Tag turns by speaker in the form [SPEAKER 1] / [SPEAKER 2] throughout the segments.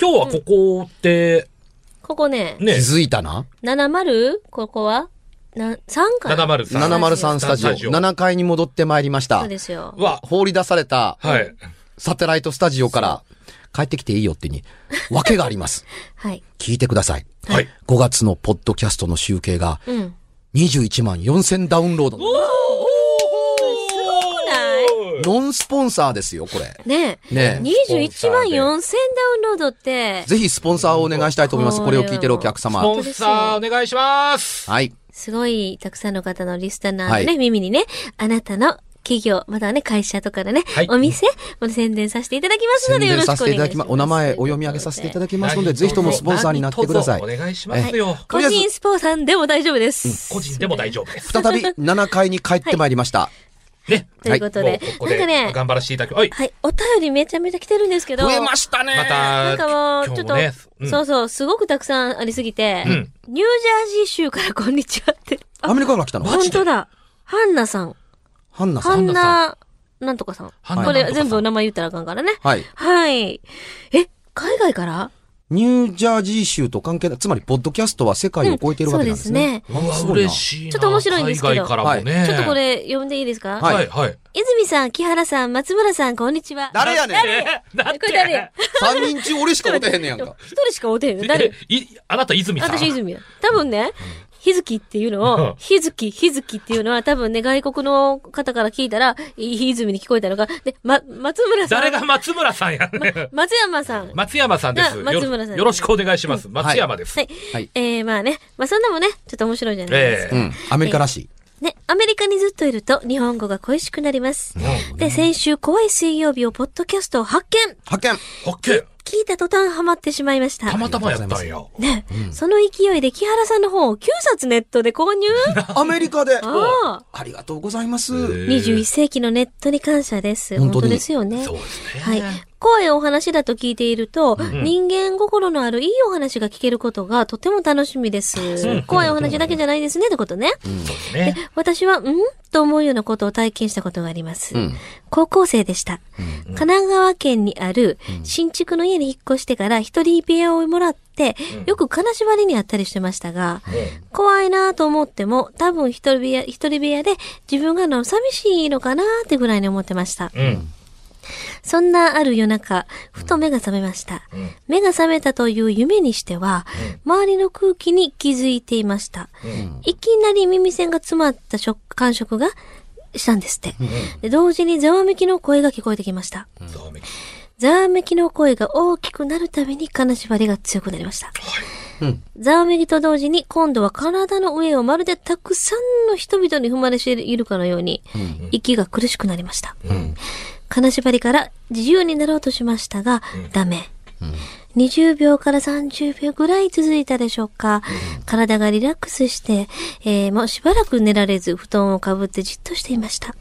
[SPEAKER 1] 要はここって、
[SPEAKER 2] ここね、
[SPEAKER 1] ね
[SPEAKER 3] 気、づいたな。
[SPEAKER 2] 70? ここはな、3かな
[SPEAKER 1] 703
[SPEAKER 3] 703スタジオ。
[SPEAKER 1] スタジオ
[SPEAKER 3] 7階に戻ってまいりました
[SPEAKER 2] そう。ですよ。
[SPEAKER 1] は、
[SPEAKER 3] 放り出された
[SPEAKER 1] はい。
[SPEAKER 3] サテライトスタジオから帰ってきていいよってに、わけがあります。
[SPEAKER 2] はい。
[SPEAKER 3] 聞いてください。
[SPEAKER 1] はい。
[SPEAKER 3] 5月のポッドキャストの集計が
[SPEAKER 2] うん。
[SPEAKER 3] 21万4000ダウンロード。
[SPEAKER 2] ごくない
[SPEAKER 3] ノンスポンサーですよ、これ。
[SPEAKER 2] ねえ。
[SPEAKER 3] ねえ
[SPEAKER 2] 21万4000ダウンロードって、
[SPEAKER 3] ぜひスポンサーをお願いしたいと思います。これを聞いてるお客
[SPEAKER 1] ス
[SPEAKER 3] 様。
[SPEAKER 1] ポンサーお願いします
[SPEAKER 3] はい。
[SPEAKER 2] すごいたくさんの方のリスタナーのね、
[SPEAKER 3] はい
[SPEAKER 2] 耳にね、あなたの企業、またはね、会社とかでね、
[SPEAKER 1] はい
[SPEAKER 2] お店、もう宣伝させていただきますの
[SPEAKER 3] 宣
[SPEAKER 2] で、よ
[SPEAKER 3] 伝
[SPEAKER 2] ろしくお
[SPEAKER 3] さ
[SPEAKER 2] 願いします。
[SPEAKER 3] せていただきます。お名前お読み上げさせていただきますので、ぜひともスポンサーになってください
[SPEAKER 1] 何。卒お願いしますよ。
[SPEAKER 2] 個人スポンサーでも大丈夫です。
[SPEAKER 1] 個人でも大丈夫です。
[SPEAKER 3] 再び7階に帰ってまいりました。
[SPEAKER 1] ね。
[SPEAKER 2] ということで、
[SPEAKER 1] もうここ
[SPEAKER 2] なん
[SPEAKER 1] で
[SPEAKER 2] かね、
[SPEAKER 1] 頑張らせていただき、はい。
[SPEAKER 2] はい、お便りめちゃめちゃ来てるんですけど、
[SPEAKER 3] 増えましたね
[SPEAKER 1] ま
[SPEAKER 2] なんかも
[SPEAKER 1] た、
[SPEAKER 2] う、ちょっ
[SPEAKER 1] 今
[SPEAKER 2] と、
[SPEAKER 1] 日もね、
[SPEAKER 2] そううそう、すごくたくさんありすぎて、
[SPEAKER 1] うん
[SPEAKER 2] ニュージャージー州からこんにちはって。あ、
[SPEAKER 3] アメリカから来たの
[SPEAKER 1] マジ
[SPEAKER 2] 本
[SPEAKER 1] で
[SPEAKER 2] 当だ。ハンナさん。
[SPEAKER 3] ハンナさ
[SPEAKER 2] ハ
[SPEAKER 3] ん。
[SPEAKER 2] ンナ、なんとかさん。
[SPEAKER 1] ハンナな
[SPEAKER 2] こ
[SPEAKER 1] ん
[SPEAKER 2] れ
[SPEAKER 1] とかさん
[SPEAKER 2] 全部名前言ったらあかんからね。
[SPEAKER 3] はい。
[SPEAKER 2] はい。え、海外から
[SPEAKER 3] ニュージャージー州と関係ない。つまり、ポッドキャストは世界を超えているわけなんですね。
[SPEAKER 2] うんそうですね
[SPEAKER 1] ん。うわ
[SPEAKER 3] すごいな
[SPEAKER 1] 嬉しいな。
[SPEAKER 2] ちょっと面白いんですけど
[SPEAKER 1] 海外からもね。
[SPEAKER 2] ちょっとこ、れ読んでいいですか、
[SPEAKER 1] はい、はい。
[SPEAKER 2] 泉さん、木原さん、松村さん、こんにちは。
[SPEAKER 3] 誰やねん
[SPEAKER 1] だって
[SPEAKER 2] これ誰や
[SPEAKER 3] 三人中俺しかおてへんねやんか。
[SPEAKER 2] 一人しかおてへんよ。誰
[SPEAKER 1] い、あなた泉さん。
[SPEAKER 2] 私、泉や。多分ね、日月っていうの
[SPEAKER 1] うん
[SPEAKER 2] を、日月、日月っていうのは多分ね、外国の方から聞いたら、いい泉に聞こえたのが、で、ま、松村さん。
[SPEAKER 1] 誰が松村さ んやね。
[SPEAKER 2] 松山さん。
[SPEAKER 1] 松山さんです。
[SPEAKER 2] な
[SPEAKER 1] よ
[SPEAKER 2] 松村さん
[SPEAKER 1] よろしくお願いします。松山です。
[SPEAKER 2] はい。
[SPEAKER 3] はい
[SPEAKER 2] えー、まあね。まあそんなもね、ちょっと面白いじゃないです
[SPEAKER 3] う
[SPEAKER 2] か。
[SPEAKER 3] ん。アメリカらしい。
[SPEAKER 2] ね、アメリカにずっといると日本語が恋しくなります。
[SPEAKER 1] うん
[SPEAKER 2] で、先週、怖い水曜日をポッドキャストを発見
[SPEAKER 3] 派遣
[SPEAKER 1] ホッケー
[SPEAKER 2] 聞いた途端ハマってしまいました。
[SPEAKER 1] たまたまやったんや。
[SPEAKER 2] ね、その勢いで木原さんの本を9冊ネットで購入
[SPEAKER 3] アメリカで
[SPEAKER 2] ああ
[SPEAKER 3] ありがとうございます。
[SPEAKER 1] へえ
[SPEAKER 2] 21世紀のネットに感謝です。
[SPEAKER 3] 本
[SPEAKER 2] 本
[SPEAKER 3] 当に
[SPEAKER 2] 当ですよね。
[SPEAKER 1] そうですね。
[SPEAKER 2] はい。声お話だと聞いていると、人間心のあるいいお話が聞けることがとても楽しみです。怖いお話だけじゃないですねってことね。
[SPEAKER 1] そうですね。
[SPEAKER 2] 私は、んと思うようなことを体験したことがあります。
[SPEAKER 3] ん
[SPEAKER 2] 高校生でした。神奈川県にある新築の家に引っ越してから一人部屋をもらって、よく金縛りにあったりしてましたが、怖いなぁと思っても、多分一人部屋、一人部屋で自分があの寂しいのかなーってぐらいに思ってました。
[SPEAKER 1] うん。
[SPEAKER 2] そんなある夜中、ふと目が覚めました。目が覚めたという夢にしては、周りの空気に気づいていました。いきなり耳栓が詰まった食感触がしたんですって。で同時にざわめきの声が聞こえてきました。
[SPEAKER 1] ざわめき
[SPEAKER 2] ざわめきの声が大きくなるたびに金縛りが強くなりました。ざわめきと同時に今度は体の上をまるでたくさんの人々に踏まれているかのように、息が苦しくなりました。金縛りから自由になろうとしましたが、ダメ。20秒から30秒ぐらい続いたでしょうか。体がリラックスして、えーもうしばらく寝られず、布団をかぶってじっとしていました。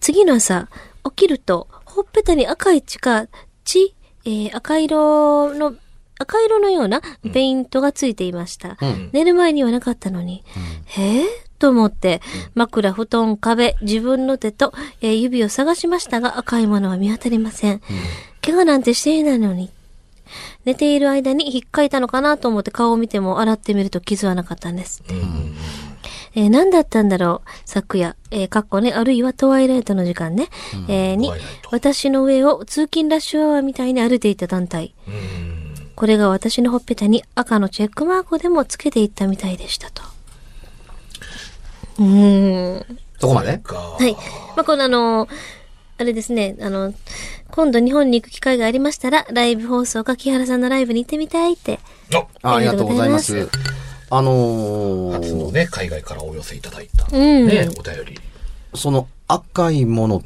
[SPEAKER 2] 次の朝、起きると、ほっぺたに赤い血か、血、えー赤色の、赤色のようなペイントがついていました。寝る前にはなかったのに、へえと思って、枕、布団、壁、自分の手と、えー指を探しましたが、赤いものは見当たりません。怪我なんてしていないのに。寝ている間に引っかいたのかなと思って顔を見ても洗ってみると傷はなかったんです。えー何だったんだろう昨夜、えー、かっこね、あるいはトワイライトの時間ね、えーに
[SPEAKER 1] トワイライト、
[SPEAKER 2] 私の上を通勤ラッシュアワーみたいに歩いていた団体。これが私のほっぺたに赤のチェックマークでもつけていったみたいでしたと。うーん。
[SPEAKER 3] そこまで
[SPEAKER 1] か。
[SPEAKER 2] はい。まあ、このあの、あれですね、あの、今度日本に行く機会がありましたら、ライブ放送か木原さんのライブに行ってみたいって。
[SPEAKER 3] あありがとうございま
[SPEAKER 2] あり
[SPEAKER 3] す。あの
[SPEAKER 1] 初の
[SPEAKER 3] ー、
[SPEAKER 1] ね、海外からお寄せいただいた。
[SPEAKER 2] うん
[SPEAKER 1] ね、お便り。
[SPEAKER 3] その赤いもの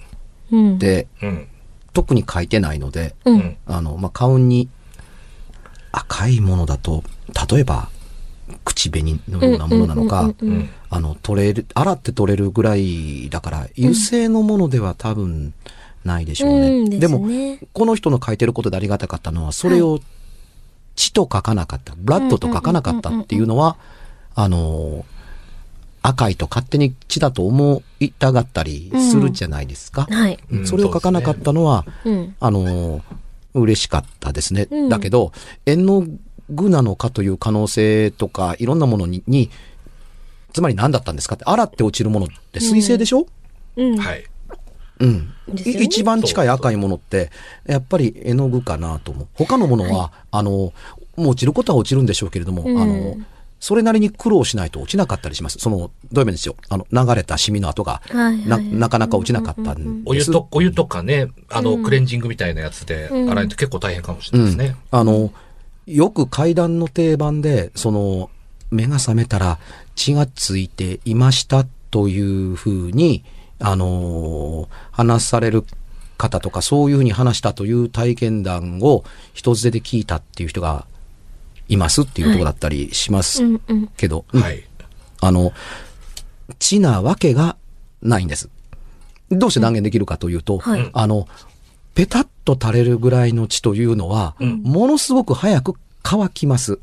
[SPEAKER 2] うん
[SPEAKER 3] っ。て
[SPEAKER 1] うん。
[SPEAKER 3] 特に書いてないので、
[SPEAKER 2] うんん。
[SPEAKER 3] あの、まあ、顔に赤いものだと、例えば、口紅のようなものなのか、
[SPEAKER 1] うん。
[SPEAKER 3] あの、取れる、洗って取れるぐらいだから、油性のものでは多分ないでしょうね。
[SPEAKER 2] うん
[SPEAKER 3] で
[SPEAKER 2] です
[SPEAKER 3] も、
[SPEAKER 2] ね
[SPEAKER 3] この人の書いてることでありがたかったのは、それを血と書かなかった、ブラッドと書かなかったっていうのは、あの、赤いと勝手に血だと思いたがったりするじゃないですか。
[SPEAKER 2] はい。
[SPEAKER 1] うん
[SPEAKER 3] それを書かなかったのは、
[SPEAKER 2] うん。
[SPEAKER 3] あの、嬉しかったですね。だけど、縁の具なのかという可能性とか、いろんなものに、につまり何だったんですかって、洗って落ちるものって水星でしょ、
[SPEAKER 2] うん。
[SPEAKER 1] はい。
[SPEAKER 3] うん。
[SPEAKER 2] ですよね
[SPEAKER 3] 一番近い赤いものって、やっぱり絵の具かなと思う。他のものは、あの、もう落ちることは落ちるんでしょうけれども、あの、それなりに苦労しないと落ちなかったりします。その、どういう面ですよ。あの、流れたシミの跡が、
[SPEAKER 2] はいはい
[SPEAKER 3] な、なかなか落ちなかったんです。
[SPEAKER 1] お湯と、お湯とかね、あの、クレンジングみたいなやつで洗えると結構大変かもしれないですね。
[SPEAKER 3] あの、よく階段の定番で、その、目が覚めたら血がついていましたというふうに、あのー話される方とか、そういうふうに話したという体験談を人捨てで聞いたっていう人がいますっていうところだったりします
[SPEAKER 2] うんうん。
[SPEAKER 3] けど、
[SPEAKER 1] はい。
[SPEAKER 3] あの、地なわけがないんです。どうして断言できるかというと、
[SPEAKER 2] はい
[SPEAKER 3] あの、ペタッと垂れるぐらいの地というのは、ものすごく早く乾きます。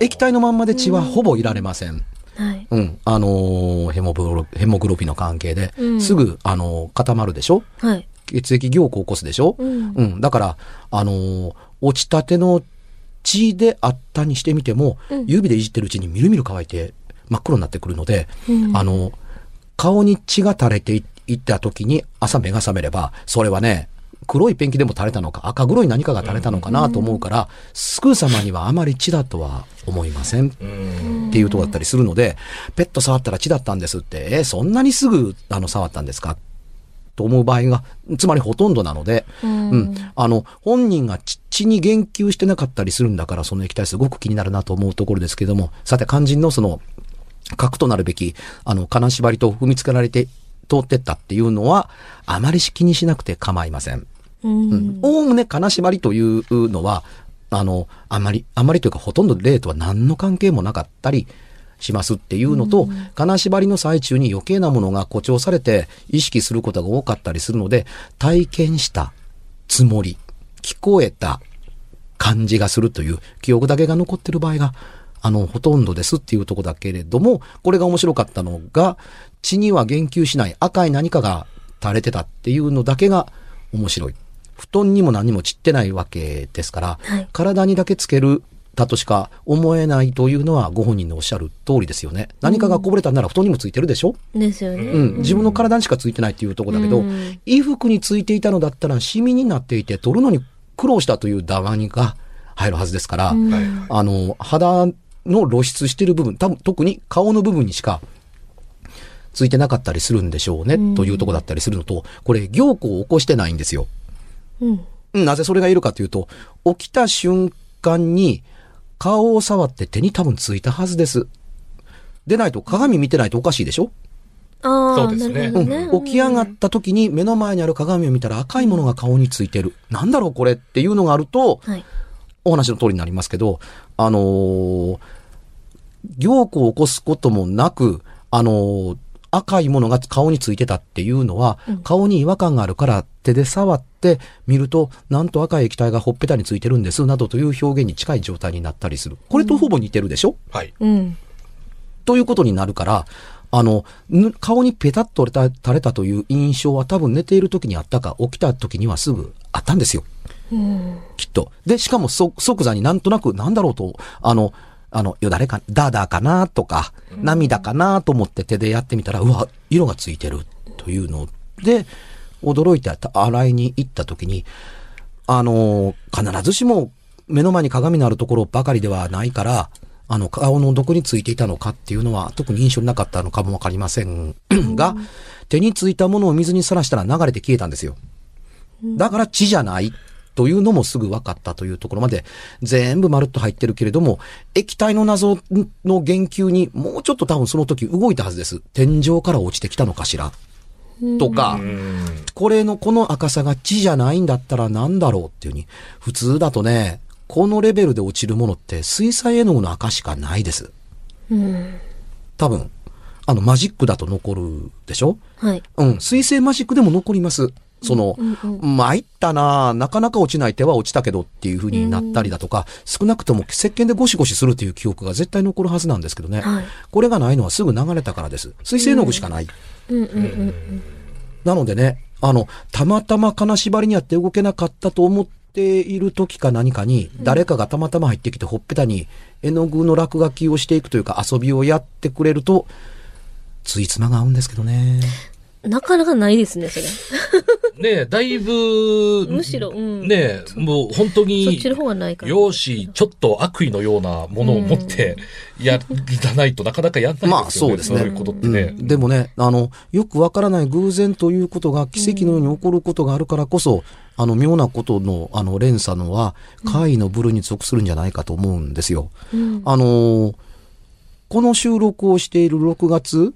[SPEAKER 3] 液体のまんまで血はほぼいられません。
[SPEAKER 2] はい。
[SPEAKER 3] うん。あのーヘモグロ、ヘモグロビンの関係で、
[SPEAKER 2] うん
[SPEAKER 3] すぐ、あのー固まるでしょ
[SPEAKER 2] はい。
[SPEAKER 3] 血液凝固を起こすでしょ、
[SPEAKER 2] うん
[SPEAKER 3] うん。だから、あのー落ちたての血であったにしてみても、指でいじってるうちにみるみる乾いて真っ黒になってくるので、あのー顔に血が垂れていいった時に朝目が覚めれば、それはね、黒いペンキでも垂れたのか、赤黒い何かが垂れたのかなと思うから、すくさまにはあまり血だとは思いません。っていうとこだったりするので、ペット触ったら血だったんですって、えーそんなにすぐ、あの、触ったんですかと思う場合が、つまりほとんどなので、
[SPEAKER 2] うん
[SPEAKER 3] うん。あの、本人が血血に言及してなかったりするんだから、その液体すごく気になるなと思うところですけども、さて肝心のその、核となるべき、あの、金縛りと踏みつけられて通ってったっていうのは、あまりし気にしなくて構いません。
[SPEAKER 2] うん。
[SPEAKER 3] おおむね金縛りというのは、あの、あまり、あまりというかほとんど例とは何の関係もなかったりしますっていうのと、金縛りの最中に余計なものが誇張されて意識することが多かったりするので、体験したつもり、聞こえた感じがするという記憶だけが残ってる場合が、あの、ほとんどですっていうとこだけれども、これが面白かったのが、血には言及しない赤い何かが垂れてたっていうのだけが面白い。布団にも何にも散ってないわけですから、
[SPEAKER 2] はい
[SPEAKER 3] 体にだけつけるだとしか思えないというのはご本人のおっしゃる通りですよね。何かがこぼれたんなら布団にもついてるでしょ、
[SPEAKER 2] ですよね。
[SPEAKER 3] うん、自分の体にしかついてないっていうところだけど、
[SPEAKER 2] うん
[SPEAKER 3] 衣服についていたのだったらシミになっていて取るのに苦労したというダマにが入るはずですから、
[SPEAKER 1] はい。
[SPEAKER 3] あの、肌の露出してる部分、多分特に顔の部分にしかついてなかったりするんでしょうね、というところだったりするのと、これ凝固を起こしてないんですよ。
[SPEAKER 2] うん。
[SPEAKER 3] うんなぜそれがいるかというと、起きた瞬間に顔を触って手に多分ついたはずです。でないと鏡見てないとおかしいでしょ
[SPEAKER 2] あ
[SPEAKER 1] そ
[SPEAKER 2] あ、
[SPEAKER 1] うです
[SPEAKER 2] な
[SPEAKER 1] ね
[SPEAKER 2] るほ
[SPEAKER 3] う
[SPEAKER 2] どね。
[SPEAKER 3] ん起き上がった時に目の前にある鏡を見たら赤いものが顔についてる。なんだろうこれっていうのがあると、
[SPEAKER 2] はい。
[SPEAKER 3] お話の通りになりますけど、あのー凝固を起こすこともなく、あのー赤いものが顔についてたっていうのは、顔に違和感があるから手で触って見ると、なんと赤い液体がほっぺたについてるんです、などという表現に近い状態になったりする。これとほぼ似てるでしょ、
[SPEAKER 1] はい。
[SPEAKER 2] うん。
[SPEAKER 3] ということになるから、あの、ぬ顔にペタッと垂れた垂れたという印象は多分寝ている時にあったか、起きた時にはすぐあったんですよ。きっと。で、しかもそ即座になんとなく、なんだろうと、あの、あの、よだれか、ダーダーかなとか、涙かなと思って手でやってみたら、うわ、色がついてるというので、驚いて洗いに行った時に、あの、必ずしも目の前に鏡のあるところばかりではないから、あの、顔のどこについていたのかっていうのは特に印象になかったのかもわかりませんが、手についたものを水にさらしたら流れて消えたんですよ。だから血じゃないというのもすぐ分かったというところまで全部まるっと入ってるけれども、液体の謎の言及にもうちょっと多分その時動いたはずです。天井から落ちてきたのかしらとか、これのこの赤さが血じゃないんだったら何だろうっていうに、普通だとね、このレベルで落ちるものって水彩絵の具の赤しかないです。多分、あのマジックだと残るでしょ
[SPEAKER 2] はい。
[SPEAKER 3] うん、水星マジックでも残ります。その、参ったなあなかなか落ちない手は落ちたけどっていう風になったりだとか、少なくとも石鹸でゴシゴシするという記憶が絶対残るはずなんですけどね。
[SPEAKER 2] はい
[SPEAKER 3] これがないのはすぐ流れたからです。水星の具しかない。なのでね、あの、たまたま金縛りにあって動けなかったと思って、っている時か何かに、誰かがたまたま入ってきてほっぺたに絵の具の落書きをしていくというか遊びをやってくれると、ついつまが合うんですけどね。
[SPEAKER 2] なかなかないですね、それ。
[SPEAKER 1] ねえ、だいぶ、
[SPEAKER 2] むしろうん
[SPEAKER 1] ねえ、もう本当
[SPEAKER 2] そっ
[SPEAKER 1] に
[SPEAKER 2] ち、の方がないから。
[SPEAKER 1] 容姿、ちょっと悪意のようなものを持ってやらないとなかなかやんないですよね。
[SPEAKER 3] まあそうですね
[SPEAKER 1] そういうことってね。
[SPEAKER 3] うん、でもね、あの、よくわからない偶然ということが奇跡のように起こることがあるからこそ、あの、妙なことの、あの、連鎖のは、怪異の部類に属するんじゃないかと思うんですよ。
[SPEAKER 2] うん
[SPEAKER 3] あのーこの収録をしている6月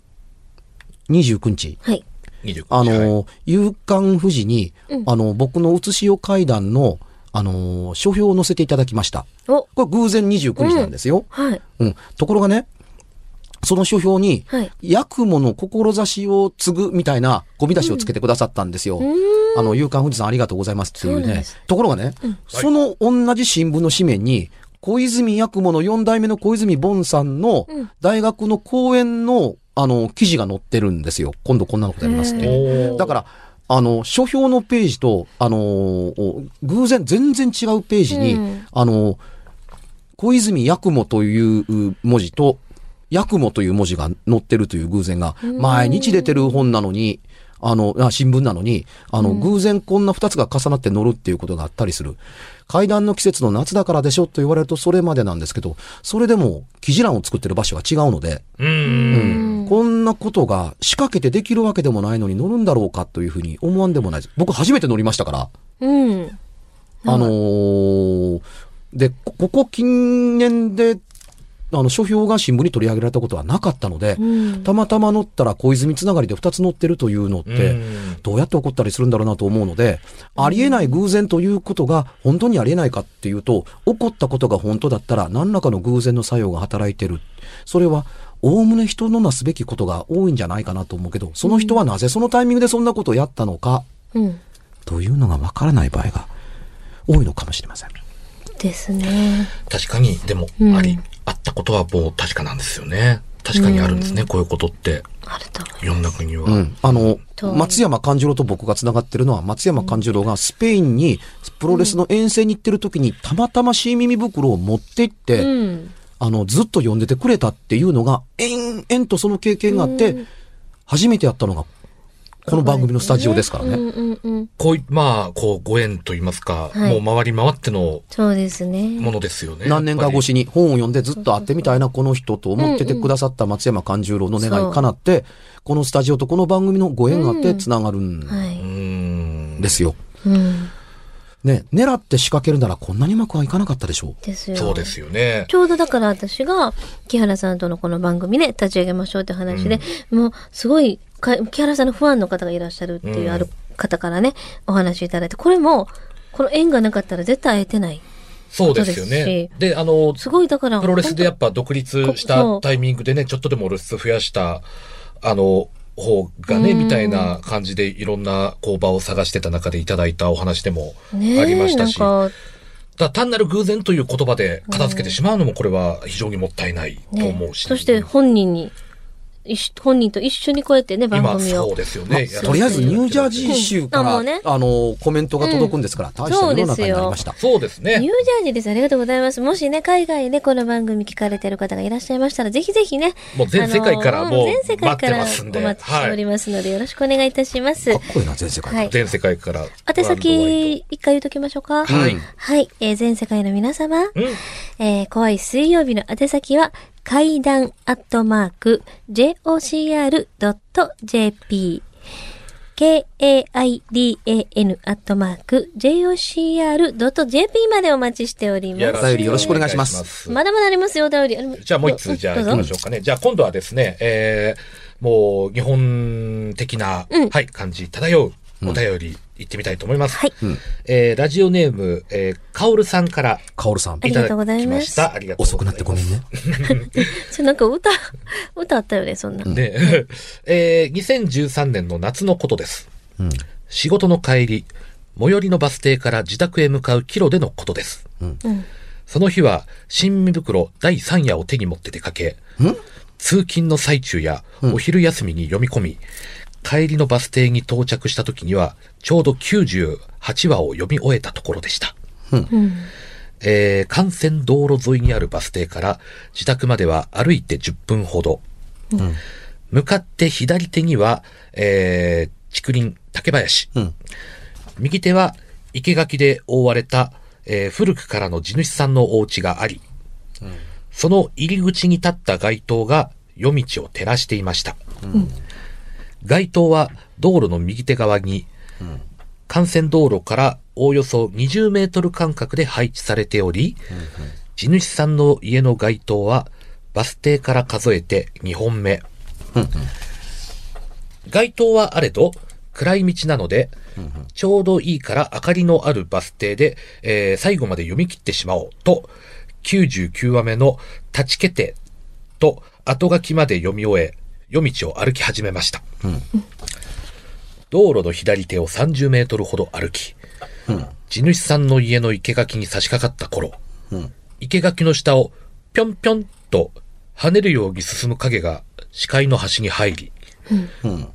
[SPEAKER 3] 29日、
[SPEAKER 2] はい。
[SPEAKER 1] 29
[SPEAKER 3] あのー
[SPEAKER 1] はい
[SPEAKER 3] 夕刊富士に、あの、僕の写しを階段の、あのー書評を載せていただきました。
[SPEAKER 2] お、
[SPEAKER 3] これ偶然29日なんですよ。
[SPEAKER 2] はい。
[SPEAKER 3] うん。ところがね、その書評に、
[SPEAKER 2] はい。
[SPEAKER 3] ヤクモの志を継ぐみたいなゴミ出しをつけてくださったんですよ。あの、夕刊富士さんありがとうございますってい
[SPEAKER 2] そ
[SPEAKER 3] う
[SPEAKER 2] うなん
[SPEAKER 3] ね
[SPEAKER 2] です。
[SPEAKER 3] ところがね、その同じ新聞の紙面に、小泉ヤクモの4代目の小泉ボンさんの
[SPEAKER 2] うん
[SPEAKER 3] 大学の講演の、あの、記事が載ってるんですよ。今度こんなことやりますね。
[SPEAKER 1] おー
[SPEAKER 3] だから、あの、書評のページと、あのー偶然、全然違うページに、
[SPEAKER 2] うん
[SPEAKER 3] あのー小泉八雲という文字と、八雲という文字が載ってるという偶然が、毎日出てる本なのに、あの、あ新聞なのに、あの、偶然こんな二つが重なって載るっていうことがあったりする。階段の季節の夏だからでしょと言われるとそれまでなんですけど、それでも記事欄を作ってる場所が違うので、
[SPEAKER 1] うん。
[SPEAKER 3] うんこんなことが仕掛けてできるわけでもないのに乗るんだろうかというふうに思わんでもないです。僕初めて乗りましたから。
[SPEAKER 2] うん。
[SPEAKER 3] あのーで、こここ近年で、あの、書評が新聞に取り上げられたことはなかったので、
[SPEAKER 2] うん。
[SPEAKER 3] たまたま乗ったら小泉つながりで2つ乗ってるというのっ
[SPEAKER 1] う
[SPEAKER 3] て、
[SPEAKER 1] ん
[SPEAKER 3] どうやって起こったりするんだろうなと思うので、ありえない偶然ということが本当にありえないかっていうと、起こったことが本当だったら何らかの偶然の作用が働いてる。それは、おおむね人のなすべきことが多いんじゃないかなと思うけど、その人はなぜそのタイミングでそんなことをやったのか、
[SPEAKER 2] うん。
[SPEAKER 3] というのがわからない場合が多いのかもしれません。
[SPEAKER 2] ですね。
[SPEAKER 1] 確かに、でも、
[SPEAKER 2] うん
[SPEAKER 1] あり、あったことはもう確かなんですよね。確かにあるんですね、こういうことって。
[SPEAKER 2] あると思
[SPEAKER 1] いろんな国は。
[SPEAKER 3] うん、あの
[SPEAKER 2] と
[SPEAKER 3] 松山勘十郎と僕がつながってるのは松山勘十郎がスペインにプロレスの遠征に行ってる時にたまたま新耳袋を持って行って、
[SPEAKER 2] う。うん。
[SPEAKER 3] あのずっと呼んでてくれたっていうのが延々とその経験があって、初めてやったのがこの番組のスタジオですからね。
[SPEAKER 2] うんうんうん。
[SPEAKER 1] こうい、まあ、こう、ご縁といいますか、
[SPEAKER 2] はい
[SPEAKER 1] もう回り回っての
[SPEAKER 2] そうですね。
[SPEAKER 1] ものですよね。
[SPEAKER 3] 何年か越
[SPEAKER 1] し。
[SPEAKER 3] しに本を読んでずっと会ってみたいなこの人と思っててくださった松山勘十郎の願いかなって、このスタジオとこの番組のご縁があってつながるん
[SPEAKER 2] は
[SPEAKER 1] う
[SPEAKER 2] い。
[SPEAKER 1] ん。
[SPEAKER 3] ですよ。
[SPEAKER 2] うん。
[SPEAKER 3] ね、狙って仕掛けるならこんなにうまくはいかなかったでしょう。
[SPEAKER 2] ですよ。
[SPEAKER 1] そうですよね。
[SPEAKER 2] ちょうどだから私が、木原さんとのこの番組ね、立ち上げましょうって話で、もう、すごいか、木原さんのファンの方がいらっしゃるっていううんある方からね、お話いただいて、これも、この縁がなかったら絶対会えてない。
[SPEAKER 1] そうですよね。で、あの、
[SPEAKER 2] すごい、だから、
[SPEAKER 1] プロレスでやっぱ独立し
[SPEAKER 2] こそ
[SPEAKER 1] た
[SPEAKER 2] う
[SPEAKER 1] タイミングでね、ちょっとでも露出増やした、あの、方がね、
[SPEAKER 2] うん
[SPEAKER 1] みたいな感じでいろんなこう場を探してた中でいただいたお話でもあ
[SPEAKER 2] 本当にねえ
[SPEAKER 1] りましたし、
[SPEAKER 2] なんか、
[SPEAKER 1] ただ単なる偶然という言葉で片付けてしまうのもこれは非常にもったいないと
[SPEAKER 2] ね
[SPEAKER 1] 思うし。
[SPEAKER 2] そして本人に、一緒本人と一緒にこうやってね、番
[SPEAKER 1] 今、
[SPEAKER 2] 組
[SPEAKER 1] そう
[SPEAKER 2] を。
[SPEAKER 1] ですよ
[SPEAKER 3] まあ
[SPEAKER 1] ね。やらせていただいてる
[SPEAKER 3] とりあえずニュージャージー州か
[SPEAKER 2] うんあ
[SPEAKER 3] ら、
[SPEAKER 2] も
[SPEAKER 3] あ
[SPEAKER 2] うね
[SPEAKER 3] の、コメントが届くんですから、大した世の中になりました。
[SPEAKER 1] そうです
[SPEAKER 2] ニュ
[SPEAKER 1] ね
[SPEAKER 2] ー。ジャージーです。ありがとうございます。もしね、海外でこの番組聞かれてる方がいらっしゃいましたら、ぜひぜひね。
[SPEAKER 1] もう全世界から
[SPEAKER 2] あの
[SPEAKER 1] もうん
[SPEAKER 2] 全世界から
[SPEAKER 1] 待ってますんで
[SPEAKER 2] お待ちしておりますので、よろしくお願いいたします。
[SPEAKER 3] かっこいいな、全世界。
[SPEAKER 2] はい
[SPEAKER 1] 全世界から。
[SPEAKER 2] 宛先、一回言うときましょうか。
[SPEAKER 3] は
[SPEAKER 1] はいい。
[SPEAKER 2] はい。えー全世界の皆様、
[SPEAKER 1] うん。
[SPEAKER 2] えー怖い水曜日の宛先は、階段アットマーク、jocr.jp。k-a-i-d-a-n アットマーク、jocr.jp までお待ちしておりま
[SPEAKER 1] や
[SPEAKER 2] す。
[SPEAKER 1] ら
[SPEAKER 3] お便りよろしくお願いします
[SPEAKER 2] まだまだありますよ、お便り。あの
[SPEAKER 1] じゃあもう一通、じゃあ行きましょうかね。じゃあ今度はですね、えー、もう日本的な、
[SPEAKER 2] うん
[SPEAKER 1] はい、感じ漂うお便り行ってみたいと思います。
[SPEAKER 2] はい
[SPEAKER 3] ん
[SPEAKER 1] えー、ラジオネーム、えー、かおるさんから
[SPEAKER 3] カオルさん
[SPEAKER 2] あ、りがとうございます
[SPEAKER 1] いただきました。ありがとう
[SPEAKER 3] 遅
[SPEAKER 1] ござ
[SPEAKER 3] く
[SPEAKER 1] いま
[SPEAKER 3] な
[SPEAKER 1] す
[SPEAKER 3] ってごめんね。
[SPEAKER 2] それなんか歌、歌あったよね、そんな。
[SPEAKER 1] ね えー、2013年の夏のことです。
[SPEAKER 3] うん。
[SPEAKER 1] 仕事の帰り、最寄りのバス停から自宅へ向かうキロでのことです。
[SPEAKER 2] うん。
[SPEAKER 1] その日は、新見袋第3夜を手に持って出かけ、通勤の最中やお昼休みに読み込み、帰りのバス停に到着した時には、ちょうど98話を読み終えたところでした。えー幹線道路沿いにあるバス停から自宅までは歩いて10分ほど。向かって左手には、えー竹林、竹林。
[SPEAKER 3] うん
[SPEAKER 1] 右手は生垣で覆われた、えー古くからの地主さんのお家があり、その入り口に立った街灯が夜道を照らしていました。街灯は道路の右手側に、幹線道路からおおよそ20メートル間隔で配置されており、地主さんの家の街灯はバス停から数えて2本目。街灯はあれど、暗い道なので、ちょうどいいから明かりのあるバス停で、えー最後まで読み切ってしまおうと、99話目の立ちけてと後書きまで読み終え、夜道を歩き始めました。道路の左手を30メートルほど歩き、地主さんの家の生垣に差し掛かった頃、生垣の下をぴょんぴょんと跳ねるように進む影が視界の端に入り、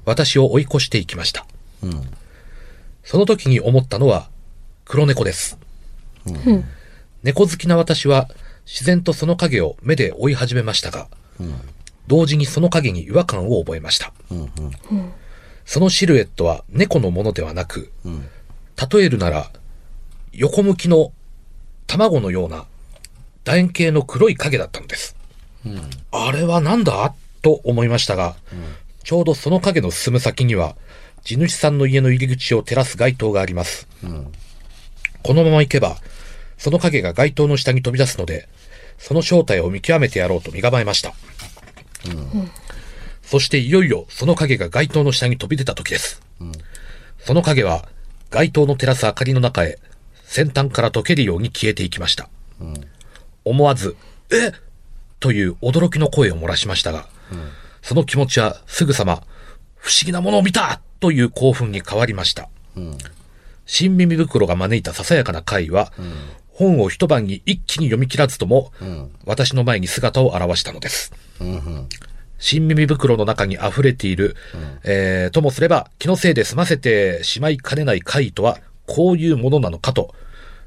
[SPEAKER 1] 私を追い越していきました。その時に思ったのは、黒猫です。猫好きな私は、自然とその影を目で追い始めましたが、同時にその影に違和感を覚えました。そのシルエットは猫のものではなく、例えるなら、横向きの卵のような楕円形の黒い影だったのです。あれはなんだと思いましたが、ちょうどその影の進む先には、地主さんの家の入り口を照らす街灯があります。このまま行けば、その影が街灯の下に飛び出すので、その正体を見極めてやろうと身構えました。そしていよいよその影が街灯の下に飛び出た時です。その影は街灯の照らす明かりの中へ先端から溶けるように消えていきました。思わず、えという驚きの声を漏らしましたが、その気持ちはすぐさま、不思議なものを見たという興奮に変わりました。新耳袋が招いたささやかな会は、本を一晩に一気に読み切らずとも、私の前に姿を現したのです。新耳袋の中に溢れている、えーともすれば気のせいで済ませてしまいかねない怪異とはこういうものなのかと、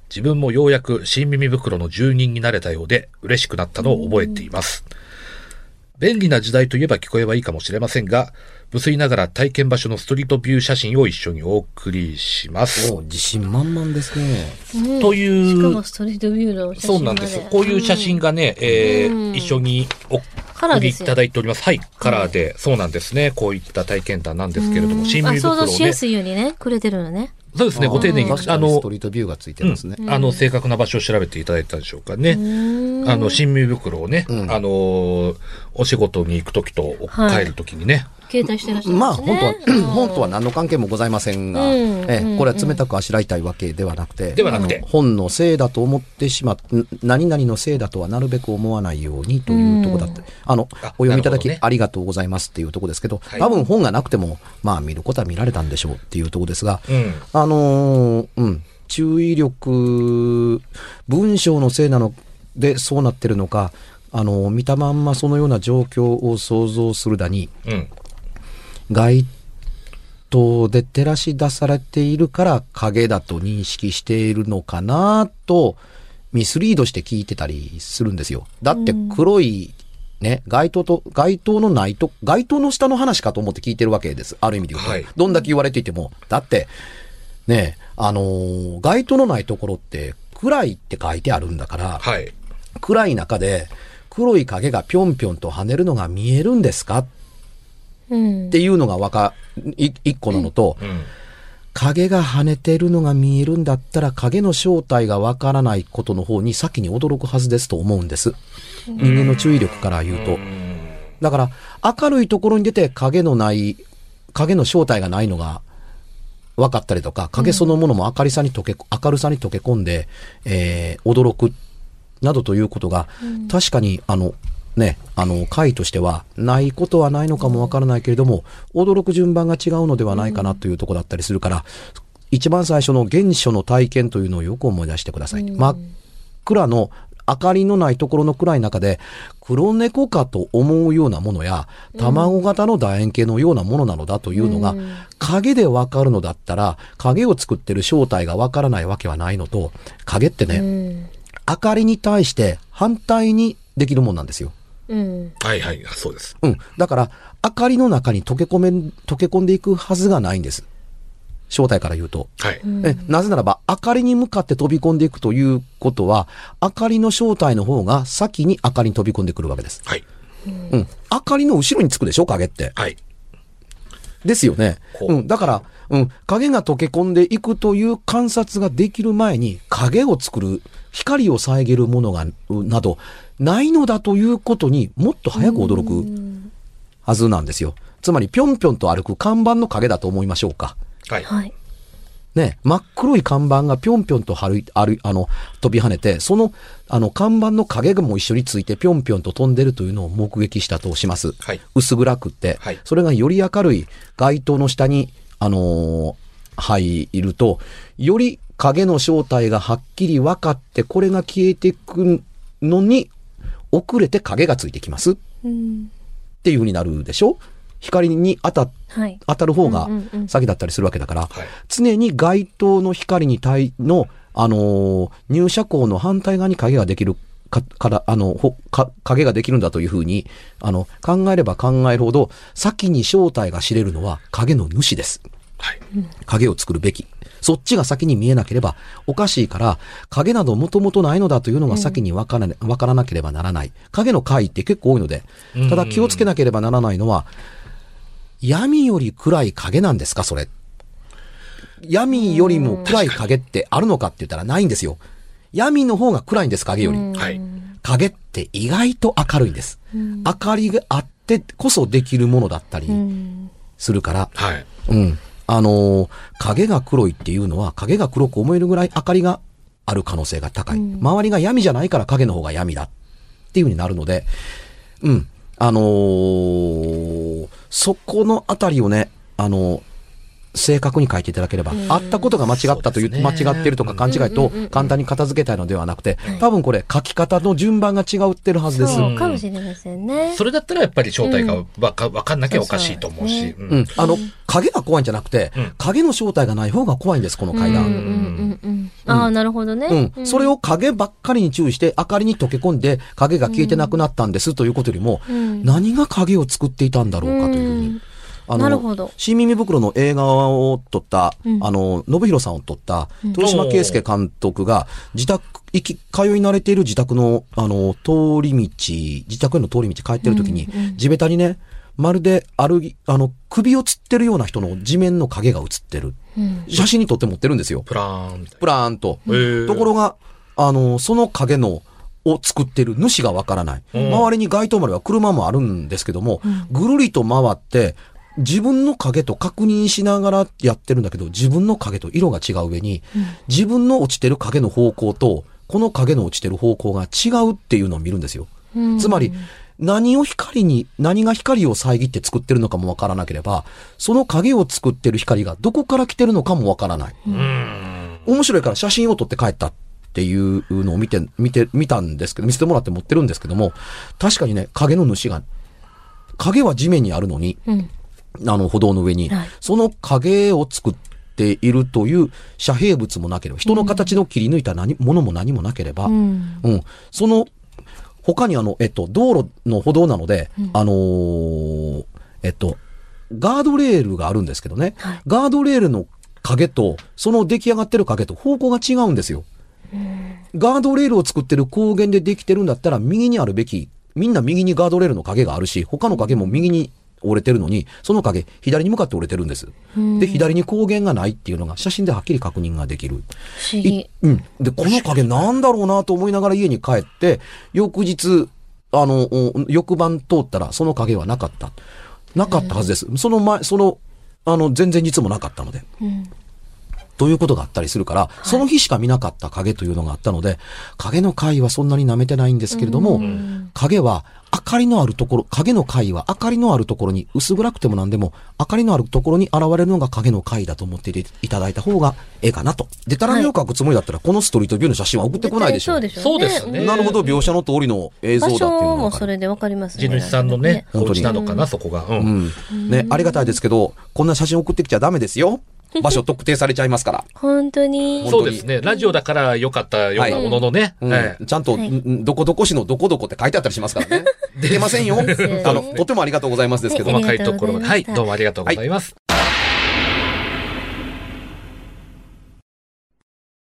[SPEAKER 1] 自分もようやく新耳袋の住人になれたようで嬉しくなったのを覚えています。便利な時代といえば聞こえはいいかもしれませんが、無粋ながら体験場所のストリートビュー写真を一緒にお送りします。
[SPEAKER 3] お自信満々ですね。
[SPEAKER 2] うん
[SPEAKER 1] という
[SPEAKER 2] しかもストリートビューの写真
[SPEAKER 1] そうなんです。こういう写真
[SPEAKER 2] が。
[SPEAKER 1] がね、えー
[SPEAKER 2] うん
[SPEAKER 1] 一緒にお
[SPEAKER 2] カラ
[SPEAKER 1] 送り
[SPEAKER 2] ーで
[SPEAKER 1] い
[SPEAKER 2] すよ
[SPEAKER 1] ただいております。はい、カラーで、そうなんですね。こういった体験談なんですけれども、新
[SPEAKER 2] あ、
[SPEAKER 1] 耳
[SPEAKER 2] 想
[SPEAKER 1] 袋を
[SPEAKER 2] 像
[SPEAKER 1] ね、
[SPEAKER 2] しやすいようにね、くれてるのね。
[SPEAKER 1] そうですね、ご丁寧に、
[SPEAKER 3] 確か
[SPEAKER 1] あ
[SPEAKER 3] にス
[SPEAKER 1] の
[SPEAKER 3] ト、リートビューがついて
[SPEAKER 1] うん
[SPEAKER 3] ますね。
[SPEAKER 1] あの正確な場所を調べていただいたんでしょうかね。あの新耳袋をね、
[SPEAKER 3] うん
[SPEAKER 1] あのーお仕事に行くときと
[SPEAKER 2] はい
[SPEAKER 1] 帰るときにね、
[SPEAKER 2] 携帯してらっしゃるんですね。
[SPEAKER 3] まあ本当は、
[SPEAKER 2] うん
[SPEAKER 3] 本当は何の関係もございませんが、
[SPEAKER 2] うん
[SPEAKER 3] え
[SPEAKER 2] う
[SPEAKER 3] え
[SPEAKER 2] ん
[SPEAKER 3] これは冷たくあしらいたいわけではなくて、
[SPEAKER 1] ではなくて
[SPEAKER 3] あの本のせいだと思ってしまって、ん何々のせいだとはなるべく思わないようにというところだって、あの、
[SPEAKER 1] あ
[SPEAKER 3] お読みいた
[SPEAKER 1] なるほ
[SPEAKER 3] だ
[SPEAKER 1] ど
[SPEAKER 3] き
[SPEAKER 1] ね
[SPEAKER 3] ありがとうございますっていうところですけど、
[SPEAKER 1] はい
[SPEAKER 3] 多分本がなくても、まあ見ることは見られたんでしょうっていうところですが、
[SPEAKER 1] うん
[SPEAKER 3] あのーうん、注意力、文章のせいなのでそうなってるのか、あのー見たまんまそのような状況を想像するだに、
[SPEAKER 1] うん、
[SPEAKER 3] 街灯で照らし出されているから影だと認識しているのかなとミスリードして聞いてたりするんですよ。だって黒い、ね、街灯と、街灯のないと、街灯の下の話かと思って聞いてるわけです。ある意味で言うと。
[SPEAKER 1] はい
[SPEAKER 3] どんだけ言われていても。だって、ね、あのー街灯のないところって暗いって書いてあるんだから、
[SPEAKER 1] はい、
[SPEAKER 3] 暗い中で黒い影がぴょんぴょんと跳ねるのが見えるんですか
[SPEAKER 2] うん
[SPEAKER 3] っ。ていうのがわか、い一個なのと、
[SPEAKER 1] うん、
[SPEAKER 3] 影が跳ねてるのが見えるんだったら、影の正体がわからないことの方に先に驚くはずですと思うんです。人間の注意力から言うと。だから、明るいところに出て影のない、影の正体がないのが分かったりとか、影そのものも明るさに溶け、明るさに溶け込んで、えー驚く、などということが、確かに、あの、ね、あの、回としては、ないことはないのかもわからないけれども、驚く順番が違うのではないかなというところだったりするから、一番最初の原初の体験というのをよく思い出してください。真っ暗の明かりのないところの暗い中で、黒猫かと思うようなものや、卵型の楕円形のようなものなのだというのが、
[SPEAKER 2] うん
[SPEAKER 3] 影でわかるのだったら、影を作ってる正体がわからないわけはないのと、影ってね、
[SPEAKER 2] うん。
[SPEAKER 3] 明かりに対して反対にできるもんなんですよ。
[SPEAKER 2] うん。
[SPEAKER 1] はいはい、そうです。
[SPEAKER 3] うん。だから、明かりの中に溶け込め、溶け込んでいくはずがないんです。正体から言うと。
[SPEAKER 1] はい。
[SPEAKER 3] えなぜならば、明かりに向かって飛び込んでいくということは、明かりの正体の方が先に明かりに飛び込んでくるわけです。
[SPEAKER 1] はい。
[SPEAKER 3] うん。明かりの後ろにつくでしょ影って。
[SPEAKER 1] はい。
[SPEAKER 3] ですよね。
[SPEAKER 1] こう
[SPEAKER 3] うん。だから、うん。影が溶け込んでいくという観察ができる前に、影を作る、光を遮るものが、うなど、ないのだということにもっと早く驚くはずなんですよ。つまり、ぴょんぴょんと歩く看板の影だと思いましょうか。
[SPEAKER 1] はい。
[SPEAKER 2] はい。
[SPEAKER 3] ね、真っ黒い看板がぴょんぴょんと歩い歩いあの、飛び跳ねて、その、あの、看板の影がも一緒についてぴょんぴょんと飛んでるというのを目撃したとします。
[SPEAKER 1] はい
[SPEAKER 3] 薄暗くって、
[SPEAKER 1] はい
[SPEAKER 3] それがより明るい街灯の下に、あのー入ると、より影の正体がはっきり分かって、これが消えていくのに、遅れて影がついてきますっ
[SPEAKER 2] うん。
[SPEAKER 3] ていう風になるでしょ光に当たっ
[SPEAKER 2] はい。
[SPEAKER 3] 当たる方が
[SPEAKER 2] うんうんうん
[SPEAKER 3] 先だったりするわけだから、
[SPEAKER 1] はい
[SPEAKER 3] 常に街灯の光に対の、あのー入射光の反対側に影ができるかから、あの、ほか影ができるんだというふうに、あの、考えれば考えるほど、先に正体が知れるのは影の主です。
[SPEAKER 1] はい。
[SPEAKER 3] 影を作るべき。そっちが先に見えなければおかしいから、影などもともとないのだというのが先にわから,、わからなければならない。影の回って結構多いので、ただ気をつけなければならないのは、闇より暗い影なんですか、それ。闇よりも暗い影ってあるのかって言ったらないんですよ。闇の方が暗いんです、影より。
[SPEAKER 1] はい。
[SPEAKER 3] 影って意外と明るいんです。明かりがあってこそできるものだったり
[SPEAKER 2] うん。
[SPEAKER 3] するから、
[SPEAKER 1] はい。
[SPEAKER 3] うん。あのー影が黒いっていうのは、影が黒く思えるぐらい明かりがある可能性が高い。周りが闇じゃないから影の方が闇だっていう風になるので、うん。あのーそこのあたりをね、あのー正確に書いていただければ、あったことが間違ったと
[SPEAKER 1] そ
[SPEAKER 3] い
[SPEAKER 1] う
[SPEAKER 3] う、
[SPEAKER 1] ですね
[SPEAKER 3] 間違ってるとか勘違いと簡単に片付けたいのではなくて、多分これ書き方の順番が違うってるはずです。
[SPEAKER 2] そうかもしれないですよね。
[SPEAKER 1] それだったらやっぱり正体がわかわかんなきゃおかしいと思うし。
[SPEAKER 2] そう
[SPEAKER 3] うんん。あの、影が怖いんじゃなくて、影の正体がない方が怖いんです、この階段。
[SPEAKER 2] うんうんうんうん。ああ、なるほどね。
[SPEAKER 3] うん。それを影ばっかりに注意して、明かりに溶け込んで、影が消えてなくなったんですということよりも、
[SPEAKER 2] うん
[SPEAKER 3] 何が影を作っていたんだろうかというふうに。
[SPEAKER 2] うん
[SPEAKER 3] あの
[SPEAKER 2] なるほど
[SPEAKER 3] 新耳袋の映画を撮った、あの、信弘さんを撮った、豊島圭介監督が、自宅、行き、通い慣れている自宅の、あの、通り道、自宅への通り道帰ってる時に、地べたにね、まるで歩き、あの、首を吊ってるような人の地面の影が映ってる。
[SPEAKER 2] うん
[SPEAKER 3] 写真に撮って持ってるんですよ。
[SPEAKER 1] プラーンみたい
[SPEAKER 3] プラーンと。
[SPEAKER 1] ー
[SPEAKER 3] ところが、あの、その影の、を作ってる主がわからない。周りに街灯までは車もあるんですけども、ぐるりと回って、自分の影と確認しながらやってるんだけど、自分の影と色が違う上に、自分の落ちてる影の方向と、この影の落ちてる方向が違うっていうのを見るんですよ。
[SPEAKER 2] うん
[SPEAKER 3] つまり、何を光に、何が光を遮って作ってるのかもわからなければ、その影を作ってる光がどこから来てるのかもわからない。
[SPEAKER 1] な。うん。
[SPEAKER 3] 面白いから写真を撮って帰ったっていうのを見て、見て、見たんですけど、見せてもらって持ってるんですけども、確かにね、影の主が、影は地面にあるのに、
[SPEAKER 2] うん
[SPEAKER 3] あの歩道の上に、
[SPEAKER 2] はい
[SPEAKER 3] その影を作っているという遮蔽物もなければ、人の形の切り抜いた何、ものも何もなければ、
[SPEAKER 2] うん
[SPEAKER 3] うん。その、他にあの、えっと、道路の歩道なので、あのーえっと、ガードレールがあるんですけどね、
[SPEAKER 2] はい
[SPEAKER 3] ガードレールの影と、その出来上がってる影と方向が違うんですよ。ガードレールを作ってる高原でできてるんだったら、右にあるべき、みんな右にガードレールの影があるし、他の影も右に折れてるのに、その影、左に向かって折れてるんです。で、左に光源がないっていうのが、写真ではっきり確認ができる。
[SPEAKER 2] 不思議。
[SPEAKER 3] うん。で、この影なんだろうなと思いながら家に帰って、翌日、あの、お翌晩通ったら、その影はなかった。なかったはずです。その前、その、あの、前々日もなかったので。
[SPEAKER 2] うん
[SPEAKER 3] ということがあったりするから、その日しか見なかった影というのがあったので、影の回はそんなに舐めてないんですけれども、影は明かりのあるところ、影の回は明かりのあるところに、薄暗くても何でも、明かりのあるところに現れるのが影の回だと思っていただいた方がええかなと。でたらめを描くつもりだったら、このストリートビューの写真は送ってこないでしょ。
[SPEAKER 2] そうでしょ
[SPEAKER 1] そうですね
[SPEAKER 3] なるほど、描写の通りの映像だ
[SPEAKER 2] 場
[SPEAKER 3] っていう
[SPEAKER 2] 所
[SPEAKER 3] の
[SPEAKER 2] も
[SPEAKER 3] が
[SPEAKER 2] それでわかります
[SPEAKER 1] 地主さんのね、
[SPEAKER 3] 本
[SPEAKER 1] お
[SPEAKER 3] 当に
[SPEAKER 1] 家なのかな、そこが。う。
[SPEAKER 3] うんん。ね、ありがたいです けど、こんな写真送ってきちゃダメですよ。場所特定されちゃいますから。
[SPEAKER 2] 本当に。
[SPEAKER 1] そうですね。ラジオだから良かったようなもののね。
[SPEAKER 3] うん
[SPEAKER 1] はい
[SPEAKER 3] ちゃん
[SPEAKER 2] は
[SPEAKER 3] と、
[SPEAKER 2] い
[SPEAKER 3] んどこどこ市のどこどこって書いてあったりしますから ね。出ませんよ。
[SPEAKER 2] すよね
[SPEAKER 3] あの、とてもありがとうございますですけど
[SPEAKER 2] は
[SPEAKER 3] も
[SPEAKER 2] い。
[SPEAKER 1] 細かいところまで。
[SPEAKER 2] あ
[SPEAKER 1] は
[SPEAKER 2] り
[SPEAKER 1] い、
[SPEAKER 2] がと
[SPEAKER 1] ど
[SPEAKER 2] う
[SPEAKER 1] うもありがとうございます。